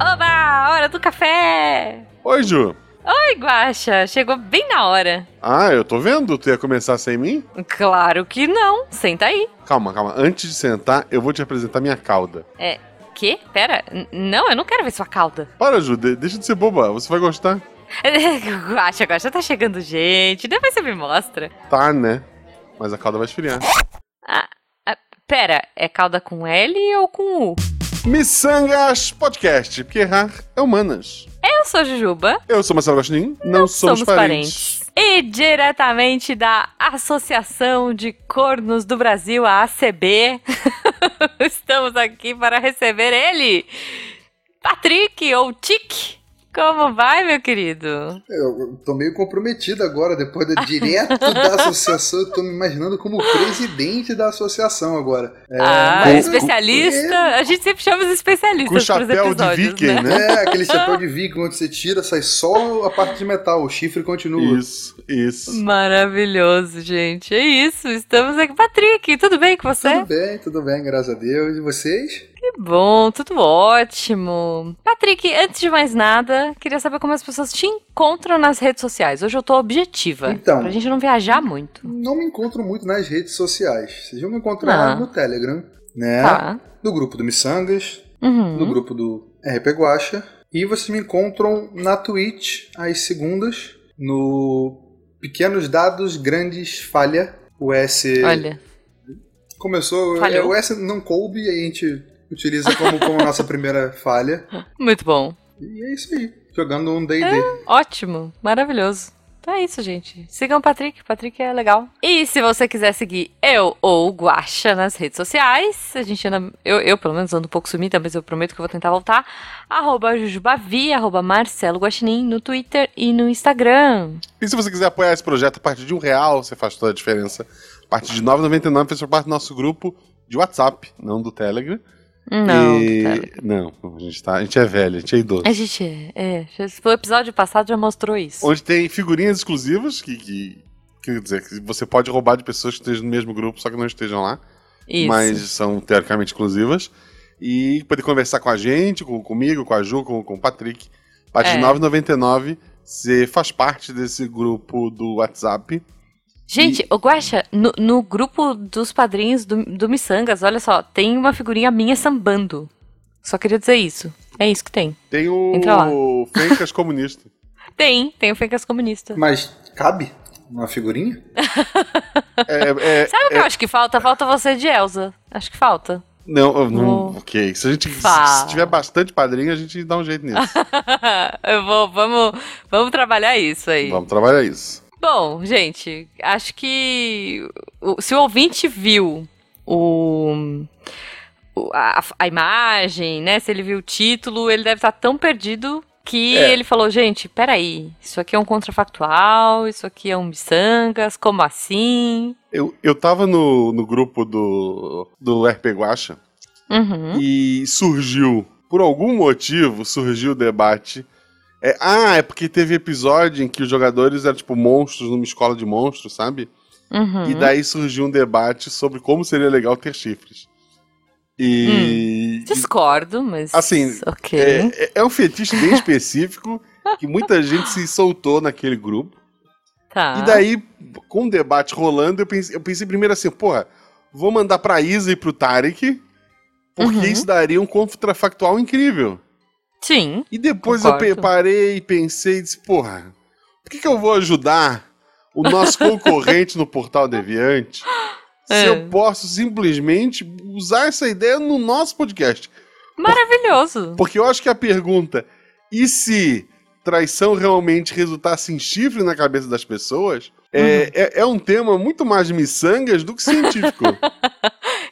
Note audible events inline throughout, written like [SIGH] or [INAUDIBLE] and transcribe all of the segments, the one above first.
Oba, hora do café! Oi, Ju. Oi, Guaxa, chegou bem na hora. Ah, eu tô vendo. Tu ia começar sem mim? Claro que não, senta aí. Calma, calma. Antes de sentar, eu vou te apresentar minha cauda. É, Quê? Pera, n- não, eu não quero ver sua cauda. Para, Ju. de- deixa de ser boba. Você vai gostar. [LAUGHS] Guaxa, agora já tá chegando gente, depois você me mostra. Tá, né? Mas a cauda vai esfriar. Pera, é cauda com L ou com U? Missangas Podcast. Porque errar é humanas. Eu sou Jujuba, Eu sou Marcelo Gostin. Não, somos, parentes. E diretamente da Associação de Cornos do Brasil, a ACB, [LAUGHS] estamos aqui para receber ele, Patrick ou Tic. Como vai, meu querido? Eu tô meio comprometido agora, depois do [LAUGHS] direto da associação, eu tô me imaginando como presidente da associação agora. É, ah, mas- especialista. A gente sempre chama os Com especialistas pros chapéu de episódios, viking, né? né? [LAUGHS] É, aquele chapéu de viking, onde você tira, sai só a parte de metal, o chifre continua. Isso, isso. Maravilhoso, gente. É isso. Estamos aqui. Patrick, tudo bem com você? Tudo bem, tudo bem, graças a Deus. E vocês? Que bom, tudo ótimo. Patrick, antes de mais nada, queria saber como as pessoas te encontram nas redes sociais. Hoje eu tô objetiva. Então. Pra gente não viajar muito. Não me encontro muito nas redes sociais. Vocês vão me encontrar Ah. no Telegram, né? Tá. No grupo do Missangas, Uhum. no grupo do RP Guacha. E vocês me encontram na Twitch às segundas, no Pequenos Dados Grandes Falha. O S Olha. começou. Falhou. é, o S não coube e a gente utiliza como, como [LAUGHS] nossa primeira falha. Muito bom. E é isso aí. Jogando um DD. É. Ótimo, maravilhoso. Então é isso, gente. Sigam o Patrick, o Patrick é legal. E se você quiser seguir eu ou o Guaxa nas redes sociais, a gente anda, eu, eu pelo menos ando um pouco sumida, mas eu prometo que eu vou tentar voltar. Arroba Jujubavi, arroba Marcelo Guaxinim no Twitter e no Instagram. E se você quiser apoiar esse projeto a partir de um real, você faz toda a diferença. A partir de R$ 9,99 fez parte do nosso grupo de WhatsApp, não do Telegram. Não, E- Tutela. Não, a gente, tá, a gente é velho, a gente é idoso. A gente é. é já- o episódio passado já mostrou isso. Onde tem figurinhas exclusivas que, que- Quer dizer, que você pode roubar de pessoas que estejam no mesmo grupo, só que não estejam lá. isso. Mas são teoricamente exclusivas. E poder conversar com a gente, com, comigo, com a Ju, com, com o Patrick. A partir É. de R$ 9,99 você faz parte desse grupo do WhatsApp. Gente, o Guaxa, no, no grupo dos padrinhos do, do Missangas, olha só, tem uma figurinha minha sambando. Só queria dizer isso. É isso que tem. Tem Entra lá. o Fencas Comunista. Tem, tem o Fencas Comunista. Mas cabe uma figurinha? É, é- Sabe o que eu acho que falta? Falta você de Elsa. Acho que falta. [LAUGHS] não, eu não, Vou ok. Se a gente se- falar. se tiver bastante padrinho, a gente dá um jeito nisso. eu vou, vamos, vamos trabalhar isso aí. Vamos trabalhar isso. Bom, gente, acho que o- se o ouvinte viu o, o- a, a imagem, né? Se ele viu o título, ele deve estar tão perdido que É. ele falou, gente, peraí, isso aqui é um contrafactual, isso aqui é um miçangas, como assim? Eu, eu tava no, no grupo do, do RP Guacha Uhum. e surgiu, por algum motivo, surgiu o debate. É, ah, é porque teve episódio em que os jogadores eram tipo monstros numa escola de monstros, sabe? uhum. E daí surgiu um debate sobre como seria legal ter chifres. E. e- Discordo, mas. Assim, Ok. é, é- é um fetiche bem específico que muita gente se soltou naquele grupo. tá. E daí, com o debate rolando, eu pensei, eu pensei primeiro assim, porra, vou mandar pra Isa e pro Tarek, porque Uhum. isso daria um contrafactual incrível. Sim. E depois eu Concordo. pe- parei e pensei e disse, porra, por que, que eu vou ajudar o nosso concorrente no Portal Deviante se [LAUGHS] É. eu posso simplesmente usar essa ideia no nosso podcast? Maravilhoso. Porque eu acho que a pergunta, e se traição realmente resultasse em chifre na cabeça das pessoas, Uhum. é, é, é um tema muito mais de miçangas do [LAUGHS] que científico.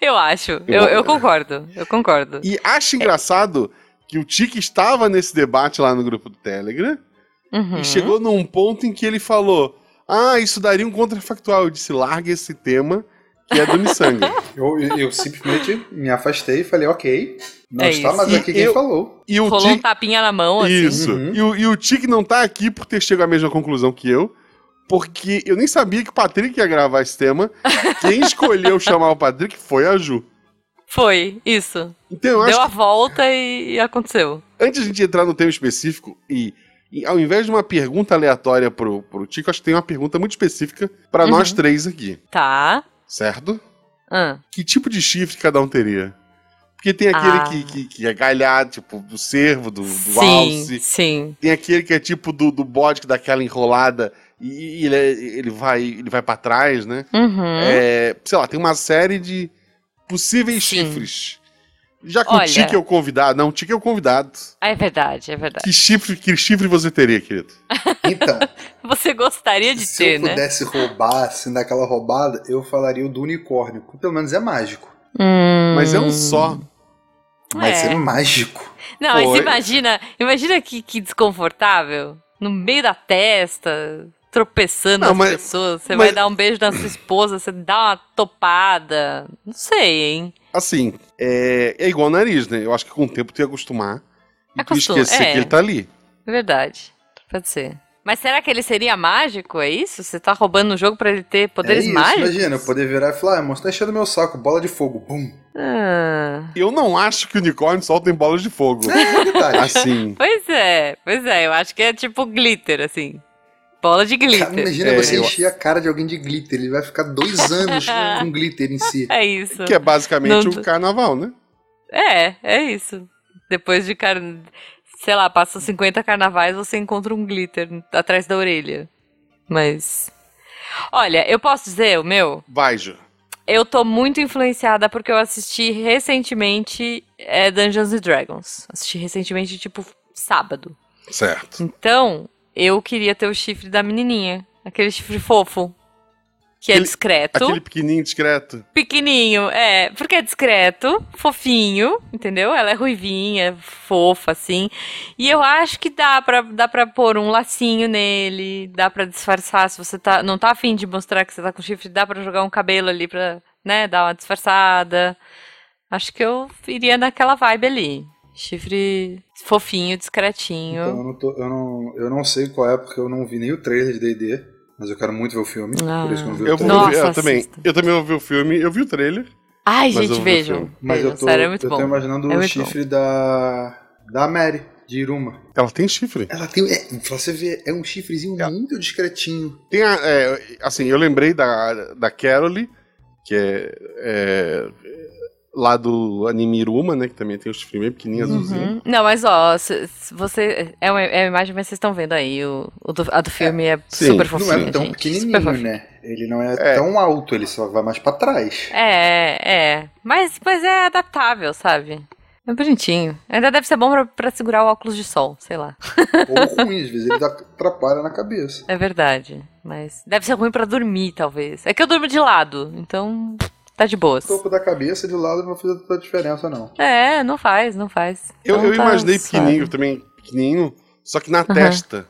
Eu acho. Eu- Eu, eu concordo. Eu concordo. e acho engraçado que o Tiki estava nesse debate lá no grupo do Telegram Uhum. e chegou num ponto em que ele falou: Ah, isso daria um contrafactual. Eu disse: larga esse tema. Que é do miçanga. [LAUGHS] Eu, eu- eu simplesmente me afastei e falei, ok. Não É está isso. mais E aqui quem eu- falou. E o Rolou um Tiki. tapinha na mão, assim. Isso. Uhum. E, o, e o Tiki não tá aqui por ter chegado à mesma conclusão que eu, porque eu [LAUGHS] nem sabia que o Patrick ia gravar esse tema. Quem escolheu chamar o Patrick foi a Ju. Foi, isso. Então, eu acho Deu a volta e, e aconteceu. Antes de a gente entrar no tema específico e, e ao invés de uma pergunta aleatória pro, pro Tico, acho que tem uma pergunta muito específica pra Uhum. nós três aqui, Tá. certo? Ah, Que tipo de chifre cada um teria? Porque tem aquele Ah. que, que, que é galhado, tipo, do cervo, do, do sim, alce. sim. Tem aquele que é tipo do, do bode, que dá aquela enrolada e, e ele, é- ele vai, ele vai para trás, né? Uhum. É, sei lá, tem uma série de possíveis Sim. chifres. Já que o Olha. Tique é o convidado, não, o Tique é o convidado. Ah, é verdade, é verdade. Que chifre, que chifre você teria, querido? Então, Você gostaria de se ter, eu né? pudesse roubar, assim, daquela roubada, eu falaria o do unicórnio, que pelo menos é mágico. Mas Hum. é um só. Mas é, É. mágico. Não, mas Foi. imagina, imagina que, que desconfortável. No meio da testa, tropeçando Não, as mas- pessoas. Você mas- vai dar um beijo na sua esposa, você dá uma topada. Não sei, hein? Assim, é, é igual nariz, né? Eu acho que com o tempo tu ia acostumar e tu ia Acostuma, esquecer é. que ele tá ali. É verdade. Pode ser. Mas será que ele seria mágico? É isso? Você tá roubando o jogo pra ele ter poderes é isso, mágicos? imagina, eu poder virar e falar, ah, moço, tá enchendo meu saco, bola de fogo, bum. Ah, Eu não acho que o unicórnio solta em bolas de [LAUGHS] fogo. É verdade. Assim, pois é, pois é. Eu acho que é tipo glitter, assim. Bola de Cara, glitter. imagina É, você eu- encher a cara de alguém de glitter, ele vai ficar dois [LAUGHS] anos com com glitter em si. É isso. que é basicamente Não- um carnaval, né? É, é isso. Depois de, car... sei lá, passam 50 carnavais, você encontra um glitter atrás da orelha. Mas. Olha, eu posso dizer, o meu, Vai, Ju. eu tô muito influenciada porque eu assisti recentemente é, Dungeons and Dragons. Assisti recentemente, tipo, sábado. Certo. Então, eu queria ter o chifre da menininha. Aquele chifre fofo. Que é Aquele- discreto. Aquele pequenininho discreto. Pequenininho, é, porque é discreto, fofinho, entendeu? Ela é ruivinha, fofa, assim. E eu acho que dá pra, dá pra pôr um lacinho nele, dá pra disfarçar. Se você tá, não tá afim de mostrar que você tá com chifre, dá pra jogar um cabelo ali pra, né, dar uma disfarçada. Acho que eu iria naquela vibe ali. Chifre fofinho, Então, discretinho. eu não, tô- eu, não, eu não sei qual é, porque eu não vi nem o trailer de D&D, mas eu quero muito ver o filme, Ah. por isso que eu não vi Eu o vou trailer. Nossa, ver, eu também. assista. Eu também vou ver o filme, eu vi o trailer. Ai, Mas eu gente, vou ver o vejam. filme. Mas vejam, eu tô, sério, é muito eu bom. tô imaginando É o muito chifre da, da Mary, de Iruma. Ela tem chifre. Ela tem, é, pra você ver, é um chifrezinho muito discretinho. Tem a, é, assim, eu lembrei da, da Carole, que é, é, lá do anime Iruma, né? Que também tem um chifre meio pequenininho, azulzinho. Uhum. Não, mas ó, se- se você. É uma, é uma imagem, mas vocês estão vendo aí. O, o do- a do filme é, Sim, super Não fofinha. é tão gente, super [LAUGHS] pequenininho, fofinha. né? Ele não é, É. tão alto, ele só vai mais pra [LAUGHS] trás. É, é. Mas, mas é adaptável, sabe? É bonitinho. Ainda deve ser bom pra, pra segurar o óculos de sol, sei lá. Ou É um ruim, às vezes ele atrapalha na cabeça. É verdade. Mas deve ser ruim pra dormir, talvez. É que eu durmo de lado, então tá de boas. O topo da cabeça de lado não vai fazer tanta diferença, não. É, não faz, não faz. Eu, Então eu tá imaginei suave. pequenininho também, pequenininho, só que na Aham. testa.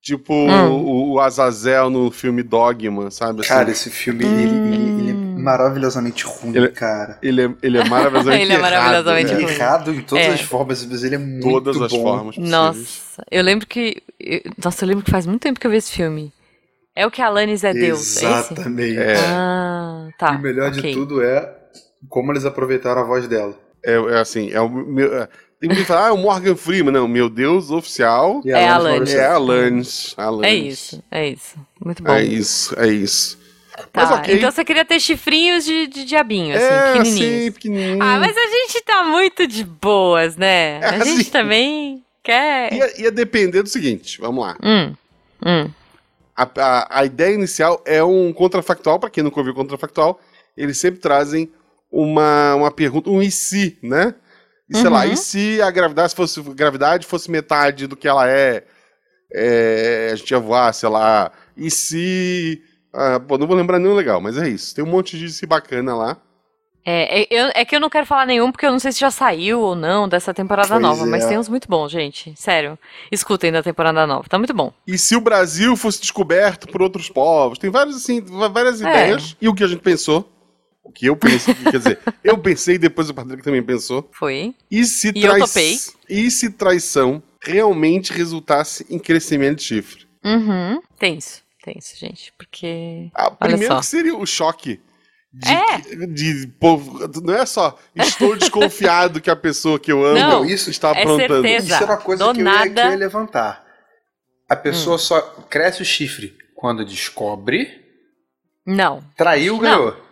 Tipo Hum. o, o Azazel no filme Dogma, sabe? assim? Cara, esse filme, ele, ele- ele é Hum. maravilhosamente ruim, Ele- cara. ele é, ele é maravilhosamente [LAUGHS] Ele é maravilhosamente errado, né? ruim. Ele é errado em todas É. as formas, mas ele é muito Todas bom. as formas possíveis. Nossa, eu lembro que. eu- nossa, eu lembro que faz muito tempo que eu vi esse filme. É o que Alanis é Deus, é esse? Exatamente. É. Ah, tá. E o melhor de ok. tudo é como eles aproveitaram a voz dela. É, é assim, é o meu... é- tem muita gente que fala, ah, é o Morgan Freeman. Não, meu Deus, oficial E É a Alanis. Alanis é Morissette. a Alanis. É Alanis. isso, é isso. Muito bom. É isso, é isso. Tá, Mas ok. Então você queria ter chifrinhos de, de diabinho, assim, é, pequenininhos. assim, pequenininho. Ah, mas a gente tá muito de boas, né? É, a gente assim. também quer. Ia, ia é, depender do seguinte, vamos lá. Hum, hum. A, a- a ideia inicial é um contrafactual, pra quem nunca ouviu contrafactual, eles sempre trazem uma, uma pergunta, um e se, né? E sei lá, Uhum. e se a gravidade fosse, gravidade fosse metade do que ela é, É, a gente ia voar, sei lá, e se... ah, pô, não vou lembrar nenhum legal, mas é isso. Tem um monte de se bacana lá. É, é, eu- é que eu não quero falar nenhum, porque eu não sei se já saiu ou não dessa temporada Pois nova, mas é. tem uns muito bons, gente. Sério. Escutem da temporada nova, tá muito bom. E se o Brasil fosse descoberto por outros povos? Tem vários, assim, va- várias É. ideias. E o que a gente pensou? O que eu pensei, quer dizer, eu pensei e depois o Patrick também pensou. Foi. E se, E eu trai- topei. e se traição realmente resultasse em crescimento de chifre? Uhum. Tem isso, tem isso, gente. Porque. Ah, primeiro só. que seria o choque. De, É. de- povo- não é só [LAUGHS] estou desconfiado que a pessoa que eu amo Não, isso está é aprontando. certeza. Isso era uma coisa Do que eu, ia, que eu nada. Hum. ia levantar. A pessoa só cresce o chifre quando descobre, Não. traiu, Não. ganhou.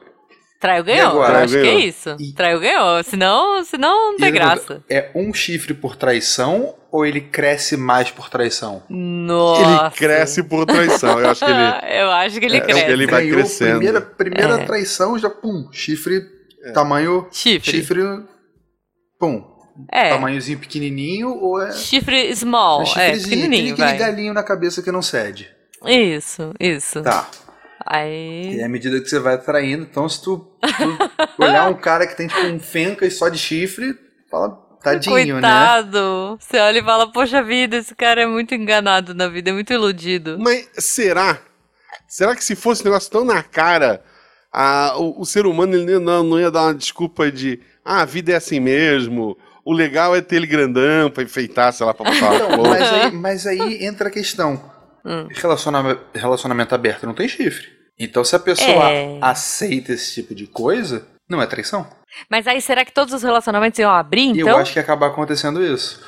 Traiu E ganhou. agora? Eu Traiu, acho que é ganhou. isso. E- Traiu ganhou. Senão, senão não E tem ele graça. É um chifre por traição ou ele cresce mais por traição? Nossa. Ah, Ele cresce por traição. Eu acho que [LAUGHS] ele. Eu acho que ele É, é o que cresce. Ele vai Ganhou, crescendo. Primeira, primeira É. traição, já pum, chifre, tamanho, Chifre. chifre, pum, É. tamanhozinho pequenininho ou é... Chifre small. Mas é, chifrezinho, pequenininho, aquele vai. galinho na cabeça que não cede. Isso, isso. Tá. E Aí. à medida que você vai traindo, então se tu, tu olhar um cara que tem tipo um fenca e só de chifre, fala, tadinho, né? Coitado. Você olha e fala, poxa vida, esse cara é muito enganado na vida, é muito iludido. Mas será? Será que se fosse um negócio tão na cara, a- o, o ser humano ele não, não ia dar uma desculpa de ah, a vida é assim mesmo, o legal é ter ele grandão pra enfeitar, sei lá, pra botar uma Então, flor. mas, [LAUGHS] aí, mas aí entra a questão. Hum. Relaciona- relacionamento aberto não tem chifre. Então se a pessoa É. aceita esse tipo de coisa, não é traição. Mas aí, será que todos os relacionamentos iam abrir, E então? eu acho que ia acabar acontecendo isso.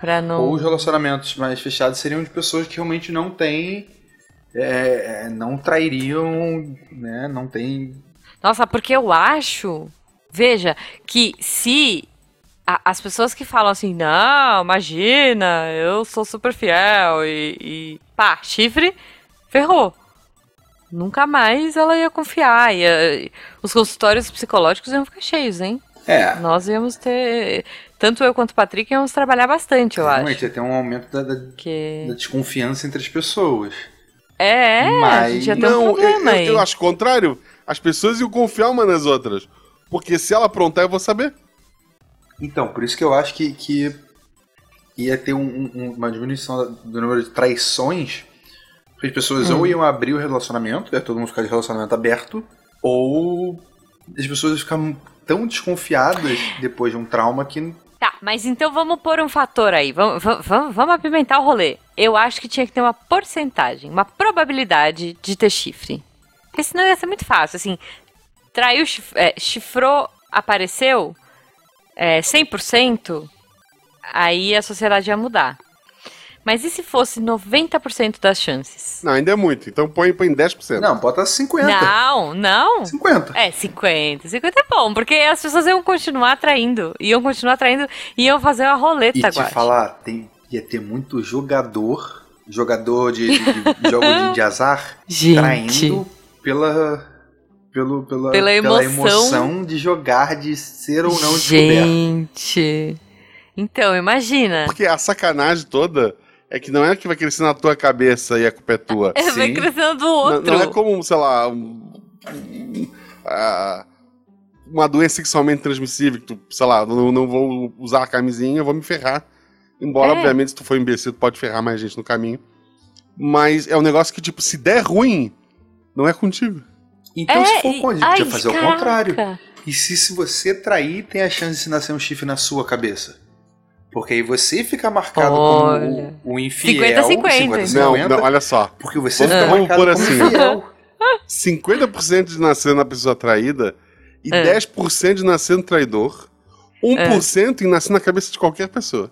Pra não... Ou os relacionamentos mais fechados seriam de pessoas que realmente não têm. é, é, não trairiam, né? Não tem Nossa, porque eu acho, veja, que se a- as pessoas que falam assim, não, imagina, eu sou super fiel e, e pá, chifre, ferrou. Nunca mais ela ia confiar. Ia, os consultórios psicológicos iam ficar cheios, hein? É. Nós íamos ter. Tanto eu quanto o Patrick íamos trabalhar bastante, eu acho. Realmente, ia ter um aumento da, da- Porque. da desconfiança entre as pessoas. É, é, a Mas- gente ia ter um Não, eu, problema eu- aí. eu acho o contrário. As pessoas iam confiar umas nas outras. Porque se ela aprontar, eu vou saber. Então, por isso que eu acho que, que ia ter um- um- uma diminuição do número de traições. Porque as pessoas Hum. ou iam abrir o relacionamento, ia todo mundo ficar de relacionamento aberto, ou as pessoas iam ficar tão desconfiadas depois de um trauma que. Tá, mas então vamos pôr um fator aí. Vamos, va- va- vamos, apimentar o rolê. Eu acho que tinha que ter uma porcentagem, uma probabilidade de ter chifre. Porque senão ia ser muito fácil. Assim, traiu, chif- é, chifrou, apareceu, é, 100%, aí a sociedade ia mudar. Mas e se fosse 90% das chances? Não, ainda é muito. Então põe, põe 10%. Não, bota 50. Não, não. 50. É, 50. 50 é bom, porque as pessoas iam continuar traindo. Iam continuar traindo e iam fazer uma roleta E te agora. falar, tem, ia ter muito jogador, jogador de, de, de jogo de, de azar, Gente. traindo pela, pelo, pela, Pela emoção. emoção de jogar, de ser ou não descoberto. Gente. Então, imagina. Porque a sacanagem toda é que não é que vai crescer na tua cabeça e a culpa é tua. É, vai sim. crescendo do Não, outro. não é como, sei lá, um- um- ah, uma doença sexualmente transmissível, que tu, sei lá, não, não vou usar a camisinha, eu vou me ferrar. Embora, É. obviamente, se tu for um imbecil, tu pode ferrar mais gente no caminho. Mas é um negócio que, tipo, se der ruim, não é contigo. Então, se É, for e- o convite, ai, podia fazer o caraca. contrário. E se, se você trair, tem a chance de nascer um chifre na sua cabeça. Porque aí você fica marcado Olha. como o, o infiel. 50-50. 50-50. Não, não, olha só. Porque você Vamos- fica vamos marcado pôr como assim. infiel. 50% de nascer na pessoa traída e É. 10% de nascer no traidor. 1% em nascer na cabeça de qualquer pessoa.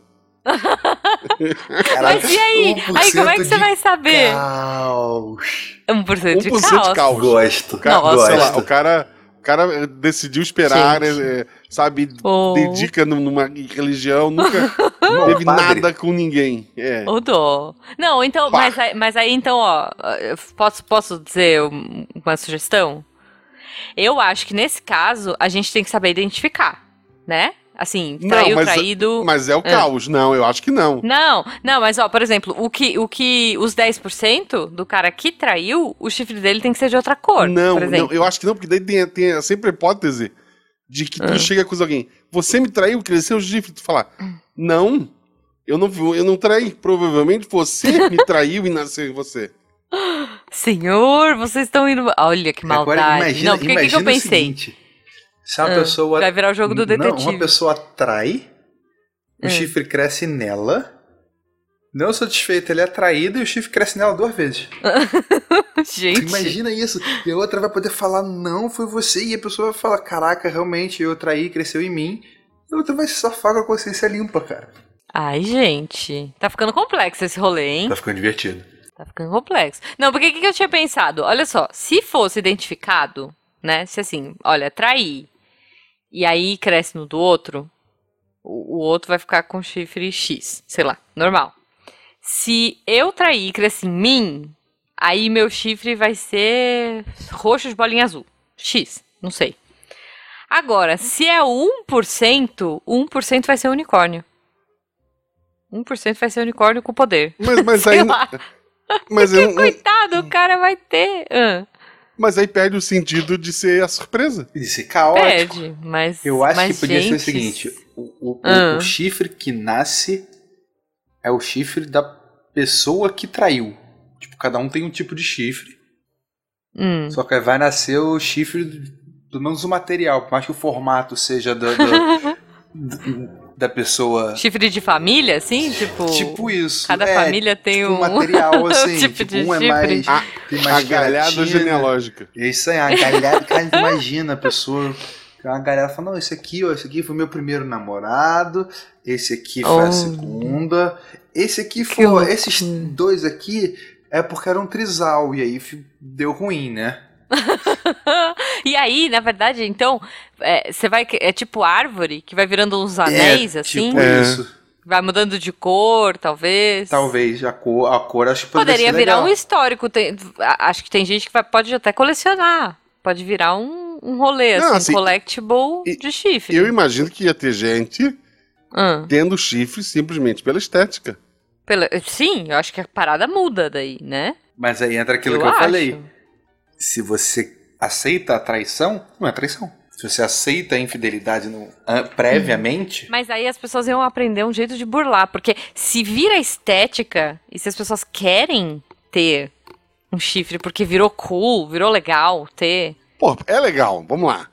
Mas e aí? Aí como é que você 1% vai saber? Caos. 1% de 1% de caos. caos. Gosto. O cara, Nossa. sei lá, o cara, o cara eh, decidiu esperar, Gente. eh, eh, sabe, Oh. dedica num- numa [LAUGHS] religião, nunca Não, teve padre. nada com ninguém. É. Ô, dó. Não, então, Pá. mas aí, mas aí, então, ó, eu posso, posso dizer um- uma sugestão? Eu acho que nesse caso, a gente tem que saber identificar, né? Assim, Não, traiu, mas- traído. Mas é o caos. Não, eu acho que não. Não, não, mas ó, por exemplo, o que, o que os 10% do cara que traiu, o chifre dele tem que ser de outra cor. Não, por exemplo. não, eu acho que não, porque daí tem, tem sempre a hipótese de que tu Ah. chega com alguém, você me traiu, cresceu o chifre, tu fala, não, eu não, eu não traí, provavelmente você me traiu e nasceu em você. Senhor, vocês estão indo. Olha que maldade. Agora imagina, não, porque o que que imagina eu pensei? o seguinte. Se uma Ah, pessoa... Vai virar o jogo do Não, uma detetive. pessoa trai, o Hum. chifre cresce nela, Não satisfeito, ele é traído e o chifre cresce nela duas vezes. Tu [LAUGHS] Gente. Imagina isso. E a outra vai poder falar, não, foi você. E a pessoa vai falar, caraca, realmente, eu traí, cresceu em mim. E a outra vai se safar com a consciência limpa, cara. Ai, gente. Tá ficando complexo esse rolê, hein? Tá ficando divertido. Tá ficando complexo. Não, porque o que, que eu tinha pensado? Olha só, se fosse identificado, né? Se assim, olha, trair. E aí cresce no do outro, o, o outro vai ficar com chifre X, sei lá, normal. Se eu trair e cresce em mim, aí meu chifre vai ser roxo de bolinha azul. X, não sei. Agora, se é 1%, 1% vai ser unicórnio. 1% vai ser unicórnio com poder. Mas, [LAUGHS] mas Sei aí, lá. mas, eu não- Coitado, Hum. o cara vai ter. Ah, mas aí perde o sentido de ser a surpresa. Isso é caótico. perde, mas. Eu acho mas, que podia ser o gente, seguinte: o, o- o- Ah. o chifre que nasce é o chifre da pessoa que traiu. Tipo, cada um tem um tipo de chifre. hum. Só que aí vai nascer o chifre, do- pelo menos o material, por mais que o formato seja da, [LAUGHS] da, da pessoa. Chifre de família, assim? Tipo. Tipo isso. cada é, família tem tipo um. material, assim. tipo tipo, de um é chifre. mais. A- tem A mais galhada queratina. genealógica. É Isso aí, a galera, cara, tu [LAUGHS] imagina a pessoa. A galera fala, não, esse aqui, ó, esse aqui foi meu primeiro namorado, esse aqui foi a Oh. segunda, esse aqui Que foi. loucura. Esses dois aqui é porque era um trisal, e aí fi- deu ruim, né? [LAUGHS] e aí, na verdade, então, é, você vai. que- É tipo árvore que vai virando uns anéis, é, assim. Tipo É. isso. Vai mudando de cor, talvez. Talvez a cor, a cor acho que poderia, Poderia ser virar legal. um histórico. tem- a- acho que tem gente que vai- pode até colecionar. Pode virar um, um rolê, Não, assim, assim, collectible e- de chifre. Eu imagino que ia ter gente Ah, tendo chifre simplesmente pela estética. pela- sim, eu acho que a parada muda daí, né? Mas aí entra aquilo eu que eu acho. falei. Se você aceita a traição, não é traição. Se você aceita a infidelidade no- ah, previamente, Mas aí as pessoas iam aprender um jeito de burlar, porque se vira estética e se as pessoas querem ter um chifre porque virou cool, virou legal ter. Pô, é legal, vamos lá.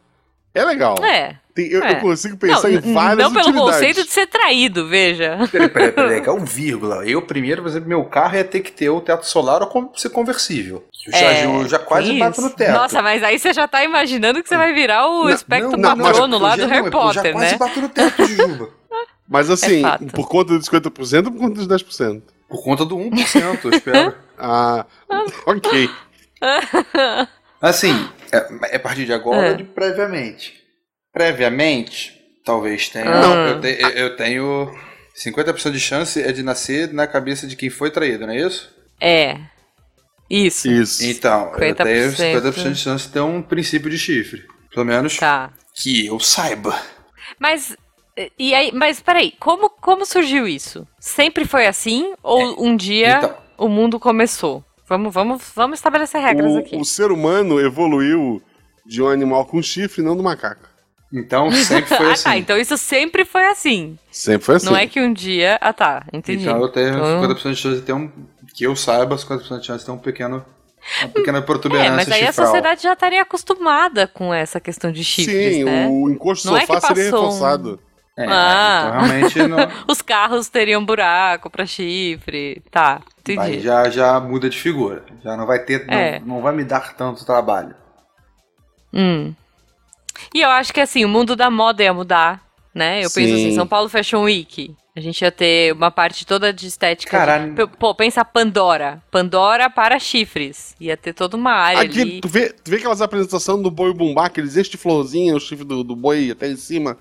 É legal. É. Tem- eu, é. eu consigo pensar não, em várias não pelo utilidades. conceito de ser traído, veja. Peraí, peraí, peraí, que é um vírgula. Eu primeiro, por exemplo, meu carro ia ter que ter o teto solar ou com- ser conversível. Eu já, É, eu já quase Isso. bato no teto. Nossa, mas aí você já tá imaginando que você vai virar o Não, espectro não, mas- patrono lá Eu já- do não, Harry é porque Potter, Eu já quase né? bato no teto, [LAUGHS] Jujuba. Mas assim, É fato. por conta dos 50% ou por conta dos 10%? Por conta do 1%, eu espero. Ah, [LAUGHS] ok. Assim, é, é a partir de agora É. ou de previamente? Previamente, talvez tenha. Não. Eu, te- eu tenho 50% de chance é de nascer na cabeça de quem foi traído, não é isso? [LAUGHS] É. Isso. Isso. Então, eu tenho 50%. 50% de chance de ter um princípio de chifre. Pelo menos Tá. que eu saiba. Mas. E aí, mas peraí, como, como surgiu isso? Sempre foi assim? Ou um dia Então, o mundo começou? Vamos, vamos, vamos estabelecer regras aqui. O, o ser humano evoluiu de um animal com chifre, não do macaco. Então sempre [LAUGHS] foi ah, assim. tá. Então isso sempre foi assim. Sempre foi assim. Não é que um dia. Ah, tá. Entendi. Então eu tenho Então- 50% de chance de ter um. Que eu saiba, 50% de chance de ter um pequeno. Uma pequena [LAUGHS] é, protuberância mas aí a chifral. sociedade já estaria acostumada com essa questão de chifres, Sim, né? o encosto do Não é sofá que seria passou um- reforçado. É, Ah. então realmente [LAUGHS] não. Os carros teriam buraco pra chifre. Tá, Aí entendi. já, já muda de figura. Já não vai ter. Não, É. não vai me dar tanto trabalho. Hum. E eu acho que assim, o mundo da moda ia mudar, né? Eu penso Sim. assim, São Paulo Fashion Week. A gente ia ter uma parte toda de estética. Caralho. de- P- Pô, pensa Pandora. Pandora para chifres. Ia ter toda uma área Aqui, ali. tu vê, tu vê aquelas apresentações do boi bumbá, que eles enchem de florzinha, o chifre do, do boi até em cima.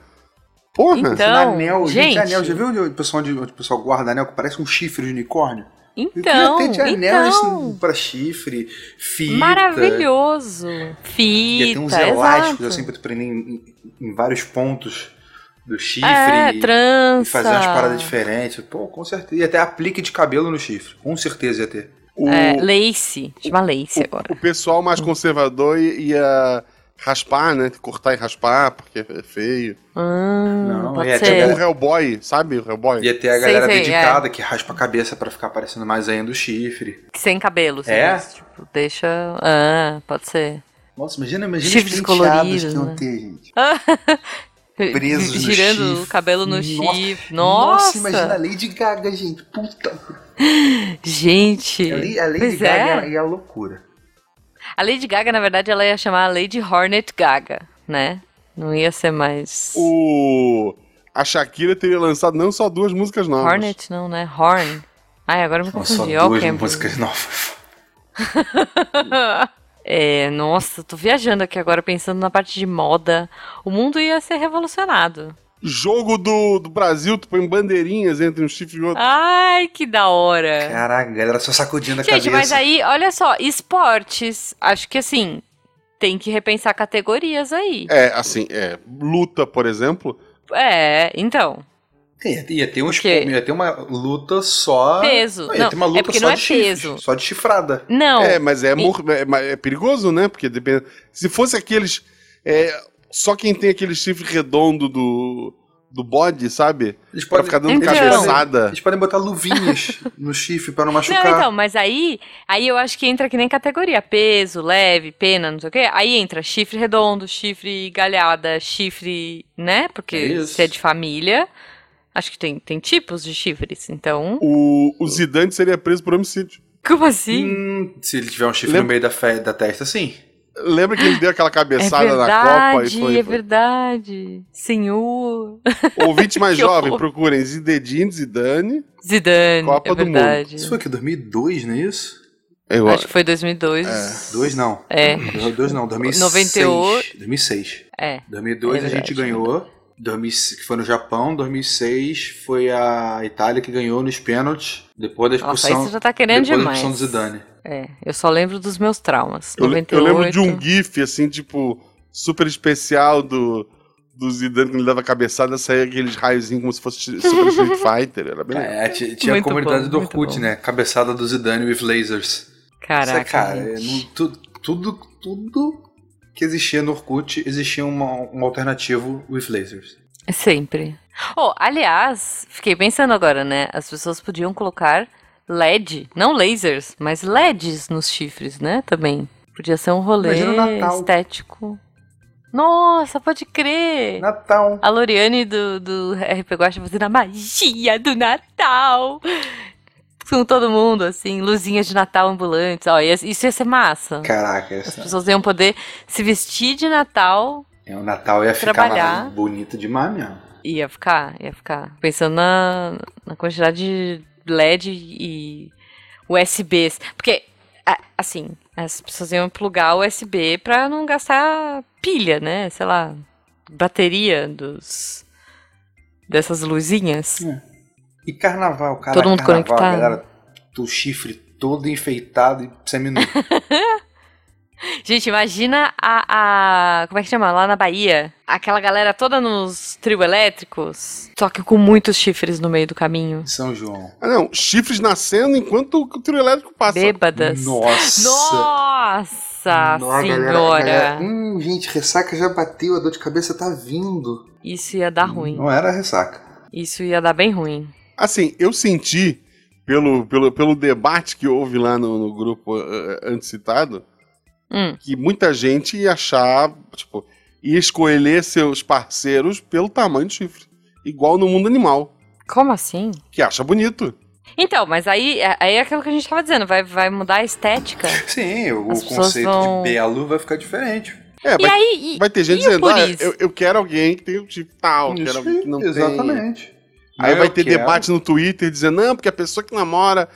Porra! Então, anel, gente, gente. anel. Já viu onde o pessoal, onde, onde o pessoal guarda anel que parece um chifre de unicórnio? Eu queria Então, ter de anel então esse- pra chifre, fita. maravilhoso. Fita, Ia ter uns elásticos exato. assim pra tu prender em, em- em vários pontos do chifre. é, e- trança. E fazer umas paradas diferentes. Pô, com certeza. E até aplique de cabelo no chifre. Com certeza ia ter. O, É, lace. Chama lace agora. o pessoal mais conservador i- ia raspar, né? Cortar e raspar, porque é feio. Hum, Não, pode é, ser. É. É. O Hellboy, sabe? O Hellboy. Ia ter a Sei, galera sei, é. dedicada que raspa a cabeça pra ficar parecendo mais ainda o chifre. Sem cabelo, você É? diz, tipo, deixa. Ah, pode ser. Nossa, imagina, imagina Chifres os coloridos, penteados que iam né? ter, gente. presos no Girando o chifre. cabelo no Nossa. chifre. Nossa, Nossa! imagina a Lady Gaga, gente. Puta. Gente! A Lady, a Lady pois Gaga é. é. a- é a loucura. A Lady Gaga, na verdade, ela ia chamar a Lady Hornet Gaga, né? Não ia ser mais. O... A Shakira teria lançado não só duas músicas novas. Hornet, não, né? Horn. Ai, agora eu me Não, só confundi. Ó, o duas Campbell. músicas novas. É, nossa, tô viajando aqui agora, pensando na parte de moda. O mundo ia ser revolucionado. Jogo do, do Brasil, tu põe bandeirinhas entre um chifre e outro. Ai, que da hora. Caraca, a galera só sacudindo a É. Gente, cabeça. mas aí, olha só, esportes. Acho que assim, tem que repensar categorias aí. É, assim, é. Luta, por exemplo. É, então. Ia, ia ter um Porque- espuma, ia ter uma luta só. Peso. Não, ia Não, ter uma luta é porque só não é de chifres, peso. Só de chifrada. Não. É, mas é, mor- é- mas é perigoso, né? Porque depende. Se fosse aqueles. é, só quem tem aquele chifre redondo do, do bode, sabe? Eles Pra podem, ficar dando Então. cabeçada. eles podem botar [LAUGHS] luvinhas no chifre pra não machucar. Não, então, mas aí, aí eu acho que entra que nem categoria. Peso, leve, pena, não sei o quê. Aí entra chifre redondo, chifre galhada, chifre, né? Porque É isso. se é de família, acho que tem, tem tipos de chifres, então. O, o Zidane seria preso por homicídio. Como assim? Hum, se ele tiver um chifre Lembra- no meio da, fe- da testa, sim. Lembra que ele deu aquela É cabeçada na Copa e verdade, foi. é verdade. Senhor. Ouvinte mais Que jovem, horror. procurem Zidedine, Zidane. Zidane, Copa é do Mundo. verdade. Isso foi que 2002, não é isso? Eu Acho que foi 2002. Dois não. É. Dois não, 2006. 98. 2006. É. 2002 É a verdade. gente ganhou. 2006, que foi no Japão. 2006 foi a Itália que ganhou nos pênaltis. Depois da Nossa, expulsão. aí você já tá querendo depois da demais. expulsão do Zidane. É, eu só lembro dos meus traumas. Eu, le- 98. eu lembro de um GIF, assim, tipo, super especial do, do Zidane quando ele dava a cabeçada, saía aqueles raiozinhos como se fosse Super [LAUGHS] Street Fighter. Era bem legal. É, t- tinha Muito a comunidade bom, do muito Orkut, bom. né? Cabeçada do Zidane with lasers. Isso Caraca, é, cara, é, gente. não- tu- tudo, tudo que existia no Orkut existia uma- um alternativo with lasers. Sempre. Oh, aliás, fiquei pensando agora, né? As pessoas podiam colocar LED, não lasers, mas LEDs nos chifres, né? Também. Podia ser um rolê Imagina o Natal. estético. Nossa, pode crer! Natal. A Loriane do, do RP Guacha fazendo a magia do Natal. Com todo mundo, assim, luzinhas de Natal ambulantes. Ó, ia- isso ia ser massa. Caraca, As essa, pessoas iam poder se vestir de Natal. é, o Natal ia ficar Trabalhar. lá, bonito demais mesmo. Ia ficar, ia ficar. Pensando na, na quantidade de LED e USBs. Porque, a- assim, as pessoas iam plugar USB pra não gastar pilha, né? Sei lá, bateria dos dessas luzinhas. E carnaval, cara. Todo mundo carnaval, conectado. a galera, do chifre todo enfeitado e seminu. Gente, imagina a, a- Como é que chama? Lá na Bahia. Aquela galera toda nos trio elétricos. Só que com muitos chifres no meio do caminho. em [LAUGHS] São João. Ah, não, chifres nascendo enquanto o trio elétrico passa. Bêbadas. Nossa! Nossa Nossa, galera, senhora! galera, Hum, gente, ressaca já bateu, a dor de cabeça tá vindo. Isso ia dar ruim. Não era ressaca. Isso ia dar bem ruim. Assim, eu senti, pelo, pelo, pelo debate que houve lá no, no grupo eh, antes citado, Hum. que muita gente ia achar, tipo, ia escolher seus parceiros pelo tamanho do chifre. Igual no mundo animal, Como assim? que acha bonito. Então, mas aí, aí é aquilo que a gente tava dizendo, vai, vai mudar a estética. É, Sim, o As pessoas conceito vão- de belo vai ficar diferente. É, E vai, aí. e- vai ter gente e é o dizendo, ah, purismo? eu, eu quero alguém que tem o tipo tal, quero alguém que não tem. Exatamente. Aí Não, é vai eu ter quero. debate no Twitter dizendo, não, porque a pessoa que namora,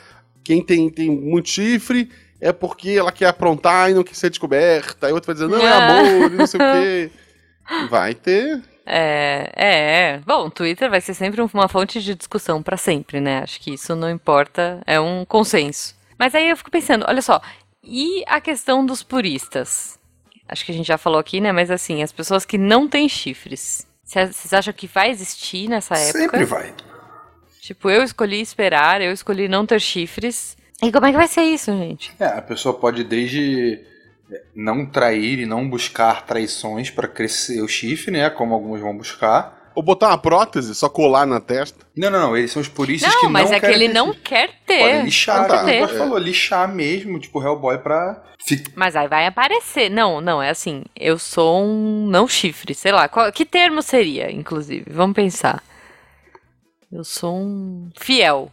quem tem, tem muito chifre, é porque ela quer aprontar e não quer ser descoberta. Aí outro vai dizer, não, é Ah. amor, e não sei o [LAUGHS] quê. Vai ter. É, é, é. Bom, o Twitter vai ser sempre uma fonte de discussão pra sempre, né? Acho que isso não importa, é um consenso. Mas aí eu fico pensando, olha só, e a questão dos puristas? Acho que a gente já falou aqui, né? Mas assim, as pessoas que não têm chifres. Cê- Vocês acham que vai existir é nessa época? Sempre vai. Tipo, eu escolhi esperar, eu escolhi não ter chifres. E como é que vai ser isso, gente? É, a pessoa pode desde é, não trair e não buscar traições pra crescer o chifre, né? Como alguns vão buscar. Ou botar uma prótese, só colar na testa. Não, não, não. Eles são os puristas que Não, não mas é que querem ele não esses- quer ter. Podem lixar, Ah, tá. tá. o que o Eduardo É. falou, lixar mesmo, tipo Hellboy pra... fi- Mas aí vai aparecer. Não, não, é assim. Eu sou um não chifre, sei lá. Qual- que termo seria, inclusive? Vamos pensar. Eu sou um fiel.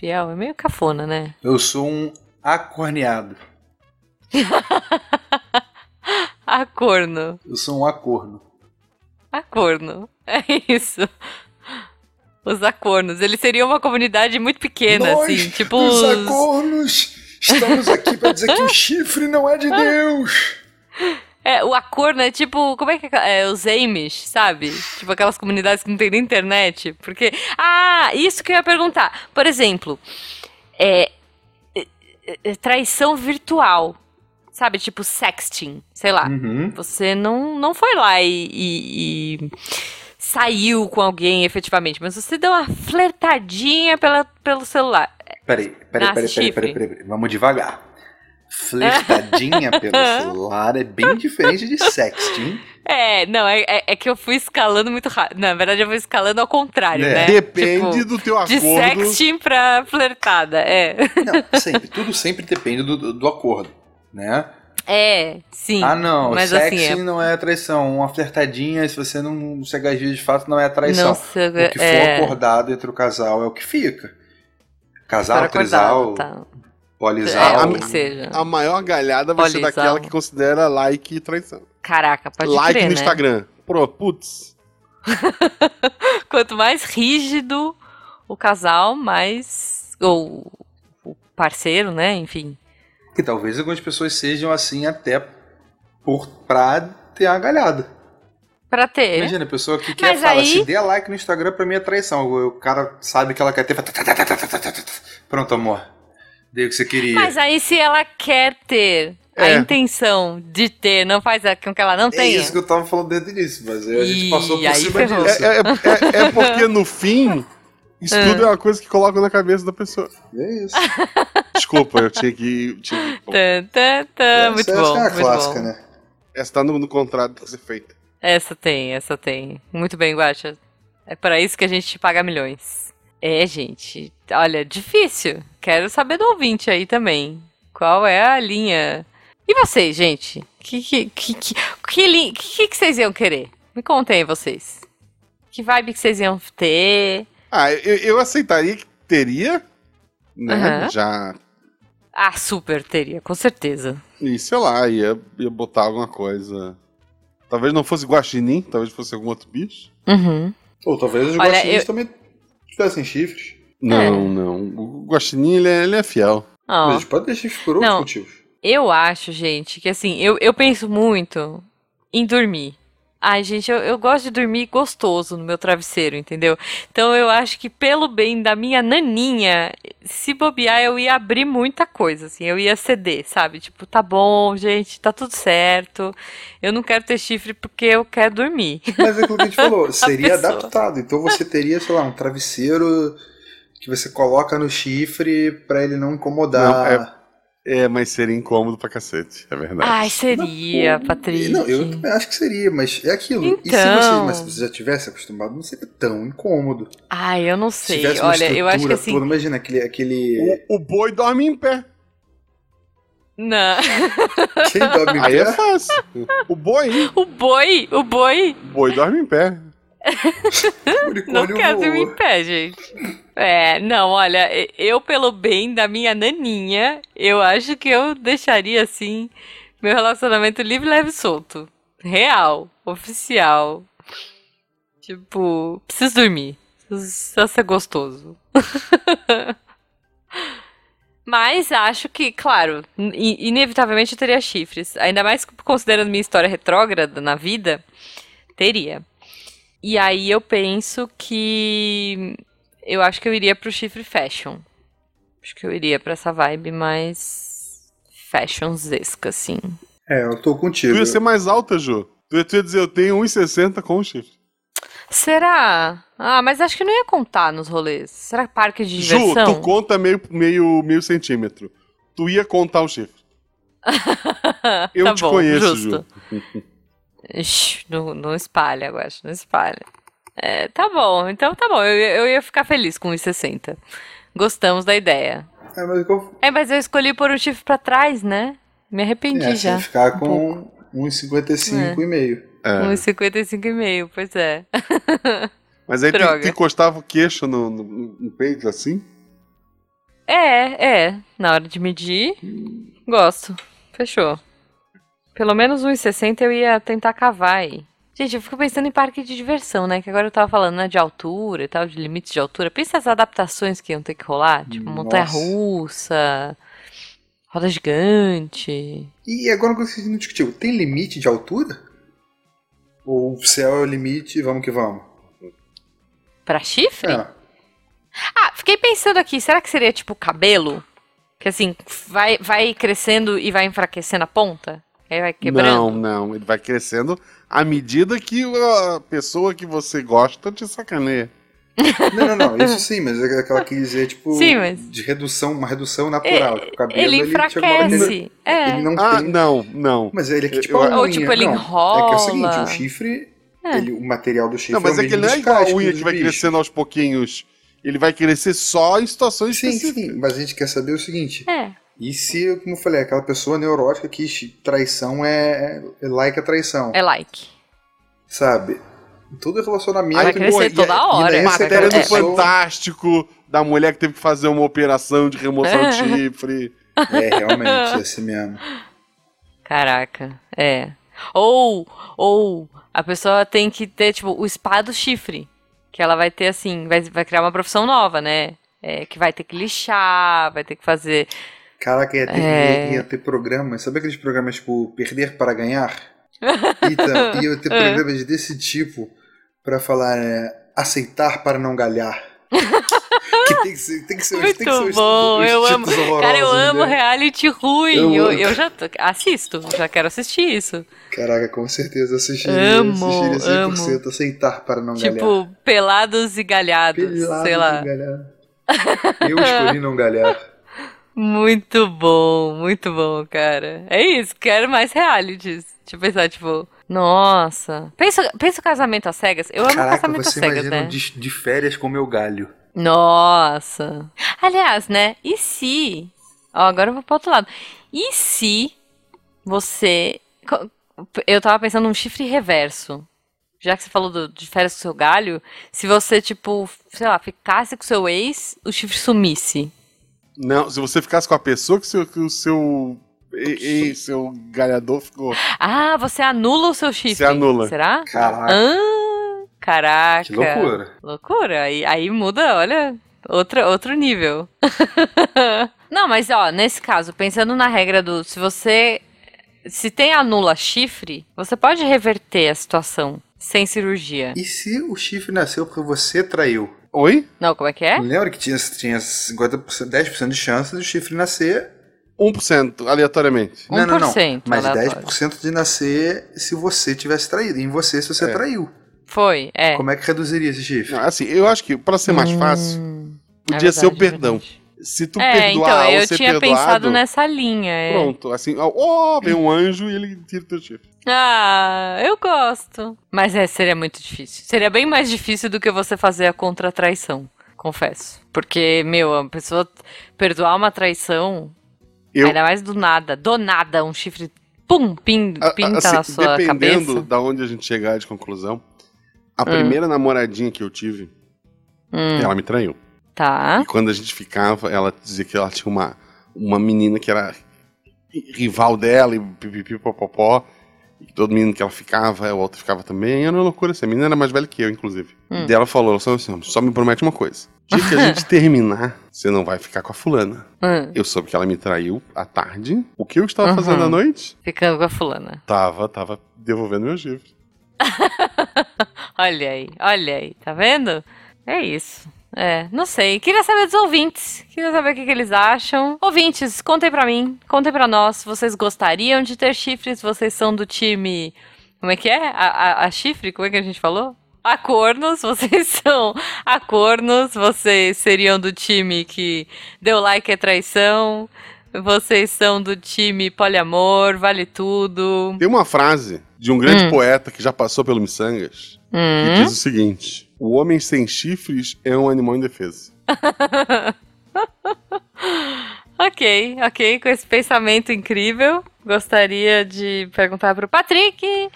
Fiel é meio cafona, né? Eu sou um acorneado. Acorno. Eu sou um acorno. Acorno. [LAUGHS] É isso. Os acornos. Eles seriam uma comunidade muito pequena, Nós, assim. Tipo os os- acornos, estamos aqui pra dizer [LAUGHS] que o chifre não é de Deus. É, o acorno é tipo, como é que é, aquela- é, os Amish, sabe? Tipo aquelas comunidades que não tem nem internet, porque ah, isso que eu ia perguntar. Por exemplo, é, é, é, traição virtual, sabe? Tipo sexting, sei lá. Uhum. Você não, não foi lá e, e- e saiu com alguém efetivamente, mas você deu uma flertadinha pela, pelo celular. Peraí, peraí, Nasce peraí, peraí, chifre. peraí, peraí, peraí. Vamos devagar. [LAUGHS] Flertadinha pelo celular é bem diferente de sexting. É, não, é, é- é que eu fui escalando muito rápido. Na verdade, eu fui escalando ao contrário, É. né? Depende Tipo, do teu De acordo. sexting pra flertada, é. Não, sempre. Tudo sempre depende do, do- do acordo, né? É, sim. Ah, não. mas sexting assim, não é traição. Uma flertadinha, se você não se agir de fato, não é traição. não sei, O que for é, acordado entre o casal é o que fica. for Casal, acordado, trisal, tá. polizal. É, a- o que seja. A maior galhada vai ser Olha, daquela Isal. que considera like e traição. Caraca, pode like crer, no né? Instagram. Pro, putz. Quanto mais rígido o casal, mais... Ou o parceiro, né? Enfim. Que talvez algumas pessoas sejam assim até por pra ter a galhada. Pra ter... Imagina, a pessoa que quer É. Mas falar, aí- se der like no Instagram, pra mim é traição. O o cara sabe que ela quer ter. fala, "Tá, tá, tá, tá, tá, tá, tá, tá." Pronto, amor. Dei o que você queria. Mas aí se ela quer ter a É. intenção de ter, não faz a- com que ela não é tenha. isso que eu tava falando desde o início, mas a gente Ih, passou por aí cima ferrou. É, disso. É, é- é- é porque no fim, isso tudo é uma coisa que colocam na cabeça da pessoa. [LAUGHS] É isso. Desculpa, eu tinha que. Tinha que- bom, Tan, tan, tan, muito Essa bom, é a muito clássica, bom. né? essa tá no, no contrato tem que ser feita. Essa tem, essa tem. Muito bem, Guacha. É para isso que a gente te paga milhões. É, gente. Olha, difícil. Quero saber do ouvinte aí também. Qual é a linha? E vocês, gente? Que que que que, que, li- que, que, que vocês iam querer? Me contem aí vocês. Que vibe que vocês iam ter? Ah, eu, eu aceitaria que teria, né? Aham. Já. Ah, super teria, com certeza. E sei lá, ia, ia botar alguma coisa. Talvez não fosse guaxinim, talvez fosse algum outro bicho. Uhum. Ou talvez os Olha, guaxinins eu- também tivessem chifres. Não, É. não. O guaxinim, ele é, ele é fiel. Ó. Mas pode ter chifre por outros Não. motivos. Eu acho, gente, que assim, eu, eu penso muito em dormir. Ai, gente, eu, eu gosto de dormir gostoso no meu travesseiro, entendeu? Então eu acho que pelo bem da minha naninha, se bobear, eu ia abrir muita coisa, assim, eu ia ceder, sabe? Tipo, tá bom, gente, tá tudo certo. Eu não quero ter chifre porque eu quero dormir. Mas é aquilo [LAUGHS] que a gente falou, seria pessoa. adaptado. Então você teria, sei lá, um travesseiro que você coloca no chifre pra ele não incomodar. Não, É, mas seria incômodo pra cacete, é verdade. Ai, seria, E, Patrick. Não, eu também acho que seria, mas é aquilo. E se você, Então. mas se você já tivesse acostumado, não seria tão incômodo. Ai, eu não Se sei. tivesse uma Olha, eu acho que estrutura assim. toda, imagina aquele. [LAUGHS] aquele... O, o boi dorme em pé. Não. [LAUGHS] Quem dorme em Aí é pé? fácil. O boi, O boi, o boi o boi dorme em pé. o Não [LAUGHS] unicórnio quero dormir em voa. pé, gente. É, não, olha, e- eu pelo bem da minha naninha, eu acho que eu deixaria assim meu relacionamento livre, leve e solto. Real, oficial. Tipo, preciso dormir. Preciso só ser gostoso. [LAUGHS] Mas acho que, claro, in- inevitavelmente eu teria chifres. Ainda mais considerando minha história retrógrada na vida, teria. E aí eu penso que eu acho que eu iria pro chifre fashion. Acho que eu iria pra essa vibe mais fashionzesca, assim. É, eu tô Tu contigo. ia ser mais alta, Ju. Tu ia, tu ia dizer, eu tenho 1,60 com o chifre. Será? Ah, mas acho que não ia contar nos rolês. Será que parque de Ju, diversão? tu conta meio, meio, meio centímetro. Tu ia contar o chifre. [LAUGHS] Eu tá te bom, conheço, justo. Ju. Ixi, não, não espalha, eu acho, não espalha. É, tá bom, então tá bom. Eu, eu ia ficar feliz com os 60. Gostamos da ideia. É, mas eu É, mas eu escolhi pôr o chifre pra trás, né? Me arrependi é, já. um você ficar com 1,55 e meio. É. Uns 55,5, pois é. Mas aí Droga. tu, tu encostava o queixo no, no- no peito, assim? É, é. Na hora de medir, gosto. Fechou. Pelo menos 1,60 eu ia tentar cavar aí. Gente, eu fico pensando em parque de diversão, né? Que agora eu tava falando, né, de altura e tal, de limites de altura. Pensa as adaptações que iam ter que rolar. Tipo, Nossa. montanha-russa, roda gigante. E agora uma coisa que a gente não discutiu. Tem limite de altura? Ou o céu é o limite e vamos que vamos? Pra chifre? É. Ah, fiquei pensando aqui, será que seria tipo cabelo? Que assim, vai, vai crescendo e vai enfraquecendo a ponta? Aí vai Não, quebrando? não. Ele vai crescendo à medida que a pessoa que você gosta te sacaneia. Não, não, não. Isso sim, mas é aquela que dizer, tipo, Sim, mas- É, de redução, uma redução natural. tipo, o cabelo, Ele chega uma hora que ele- enfraquece. É. Ele não Ah, tem. não, não. Mas ele é que tipo. Eu- a Ou, unha. tipo, ele não. É que é o seguinte, enrola. o chifre. É. ele- o material do chifre Não, mas é é o que mesmo não é dos igual a cascos unha dos que vai bichos. crescendo aos pouquinhos. Ele vai crescer só em situações Sim, específicas. sim, mas a gente quer saber o seguinte: É. e se, como eu falei, aquela pessoa neurótica que chi- traição é, é like a traição, É like. sabe? Todo relacionamento. Vai crescer e- toda e- hora. E É, ainda essa matéria do é. Fantástico, da mulher que teve que fazer uma operação de remoção de chifre. É, realmente, é [LAUGHS] assim mesmo. Caraca. É. Ou, ou a pessoa tem que ter, tipo, o spa do chifre. Que ela vai ter, assim, vai, vai criar uma profissão nova, né? É, que vai ter que lixar, vai ter que fazer. Caraca, ia ter, É. ia ter programas. Sabe aqueles programas tipo Perder para [LAUGHS] Ganhar? Então, ia ter É. programas desse tipo pra falar é, aceitar para não galhar. que tem que ser, tem que ser, tem que ser um Muito os- bom, os eu títulos horrorosos, Cara, eu amo né? reality ruim. Eu Eu, amo. eu já tô- assisto, já quero assistir isso. Caraca, com certeza assistiria. Amo, assistiria 100% aceitar para não galhar. Tipo, pelados e galhados, Pelado sei lá. não galhar. Eu escolhi não galhar. Muito bom, muito bom, cara. É isso, quero mais realities. Deixa eu pensar, tipo, nossa. Pensa, pensa o casamento às cegas. [LAUGHS] Eu amo Caraca, casamento às você cegas, imagina né? um de, de férias com meu galho. Nossa. Aliás, né? E se. Ó, agora eu vou pro outro lado. E se você. co- Eu tava pensando num chifre reverso. Já que você falou do- de férias com seu galho, se você, tipo, sei lá, ficasse com seu ex, o chifre sumisse. Não, se você ficasse com a pessoa que, seu, que o seu. E, e- seu galhador ficou. Ah, você anula o seu chifre. Você anula. Será? Caraca, Ah, caraca. que loucura. Loucura. Aí, aí muda, olha, outro, outro nível. [LAUGHS] Não, mas ó, nesse caso, pensando na regra do se você se tem anula chifre, você pode reverter a situação sem cirurgia. E se o chifre nasceu porque você traiu? Oi? Não, como é que é? Lembra que tinha, tinha 50%, 10% de chance do chifre nascer? 1% aleatoriamente. Não, não, não. 1% Mas aleatório. 10% de nascer se você tivesse traído. Em você, se você É. traiu. Foi, é. Como é que reduziria esse chifre? Não, assim, eu acho que pra ser mais fácil, Hum, é podia ser o verdade, perdão. verdade. Se tu É, perdoar então, ou eu ser tinha perdoado, pensado nessa linha. é. pronto. Assim, ó, ó, vem um anjo e ele tira o teu chifre. Ah, eu gosto. Mas é, seria muito difícil. Seria bem mais difícil do que você fazer a contra-traição, confesso. Porque, meu, a pessoa perdoar uma traição, Eu, ainda mais do nada, do nada, um chifre, pum, pin- a- a- pinta assim, na sua dependendo cabeça. da onde a gente chegar de conclusão, a primeira namoradinha que eu tive, Hum, ela me traiu. tá. E quando a gente ficava, ela dizia que ela tinha uma, uma menina que era ri- rival dela e pipipipopopó. E todo menino que ela ficava, o outro ficava também. Era uma loucura. Essa menina era mais velha que eu, inclusive. Hum. Daí ela falou, ela falou assim, só me promete uma coisa. Dia [LAUGHS] que a gente terminar, você não vai ficar com a fulana. Hum, Eu soube que ela me traiu à tarde. O que eu estava Uhum. fazendo à noite? ficando com a fulana. Tava, tava devolvendo meu chifre. Olha aí, olha aí, tá vendo? É isso. É, não sei. Queria saber dos ouvintes. Queria saber o que, que eles acham. Ouvintes, contem pra mim, contem pra nós. se Vocês gostariam de ter chifres? Vocês são do time. Como é que é? A, a- a chifre? Como é que a gente falou? A cornos, [LAUGHS] vocês são a cornos, vocês seriam do time que deu like é traição, vocês são do time poliamor, vale tudo. Hum. Tem uma frase de um grande poeta que já passou pelo Missangas. E diz o seguinte: o homem sem chifres é um animal indefeso. ok, ok. Com esse pensamento incrível, gostaria de perguntar pro Patrick.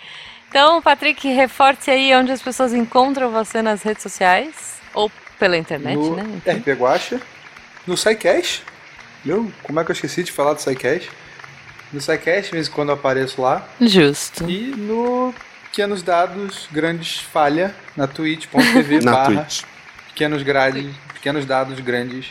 Então, Patrick, reforce aí onde as pessoas encontram você nas redes sociais. Ou pela internet, no né? RP Guacha, no SciCast. Eu, como é que eu esqueci de falar do SciCast? No SciCast, de vez em quando eu apareço lá. Justo. E no Pequenos Dados Grandes Falha, na twitch.tv [LAUGHS] Na barra Twitch. pequenos, grades, pequenos Dados Grandes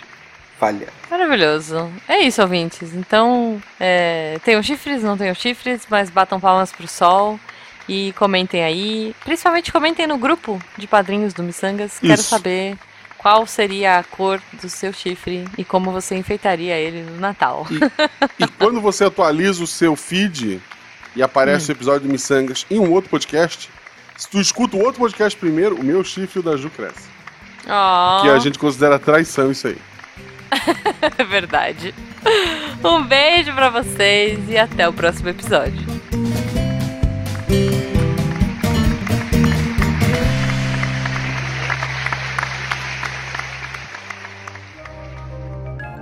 Falha. Maravilhoso. É isso, ouvintes. Então, é, tenham chifres, não tenham chifres, mas batam palmas pro sol e comentem aí. Principalmente comentem no grupo de padrinhos do Missangas. Quero Isso. saber qual seria a cor do seu chifre e como você enfeitaria ele no Natal. E quando você atualiza o seu feed e aparece o episódio de Missangas em um outro podcast, se tu escuta o outro podcast primeiro, o meu chifre e o da Ju cresce. Ó, Que a gente considera traição isso aí. Oh, [LAUGHS] é verdade. Um beijo pra vocês e até o próximo episódio.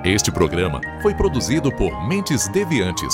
Este programa foi produzido por Mentes Deviantes.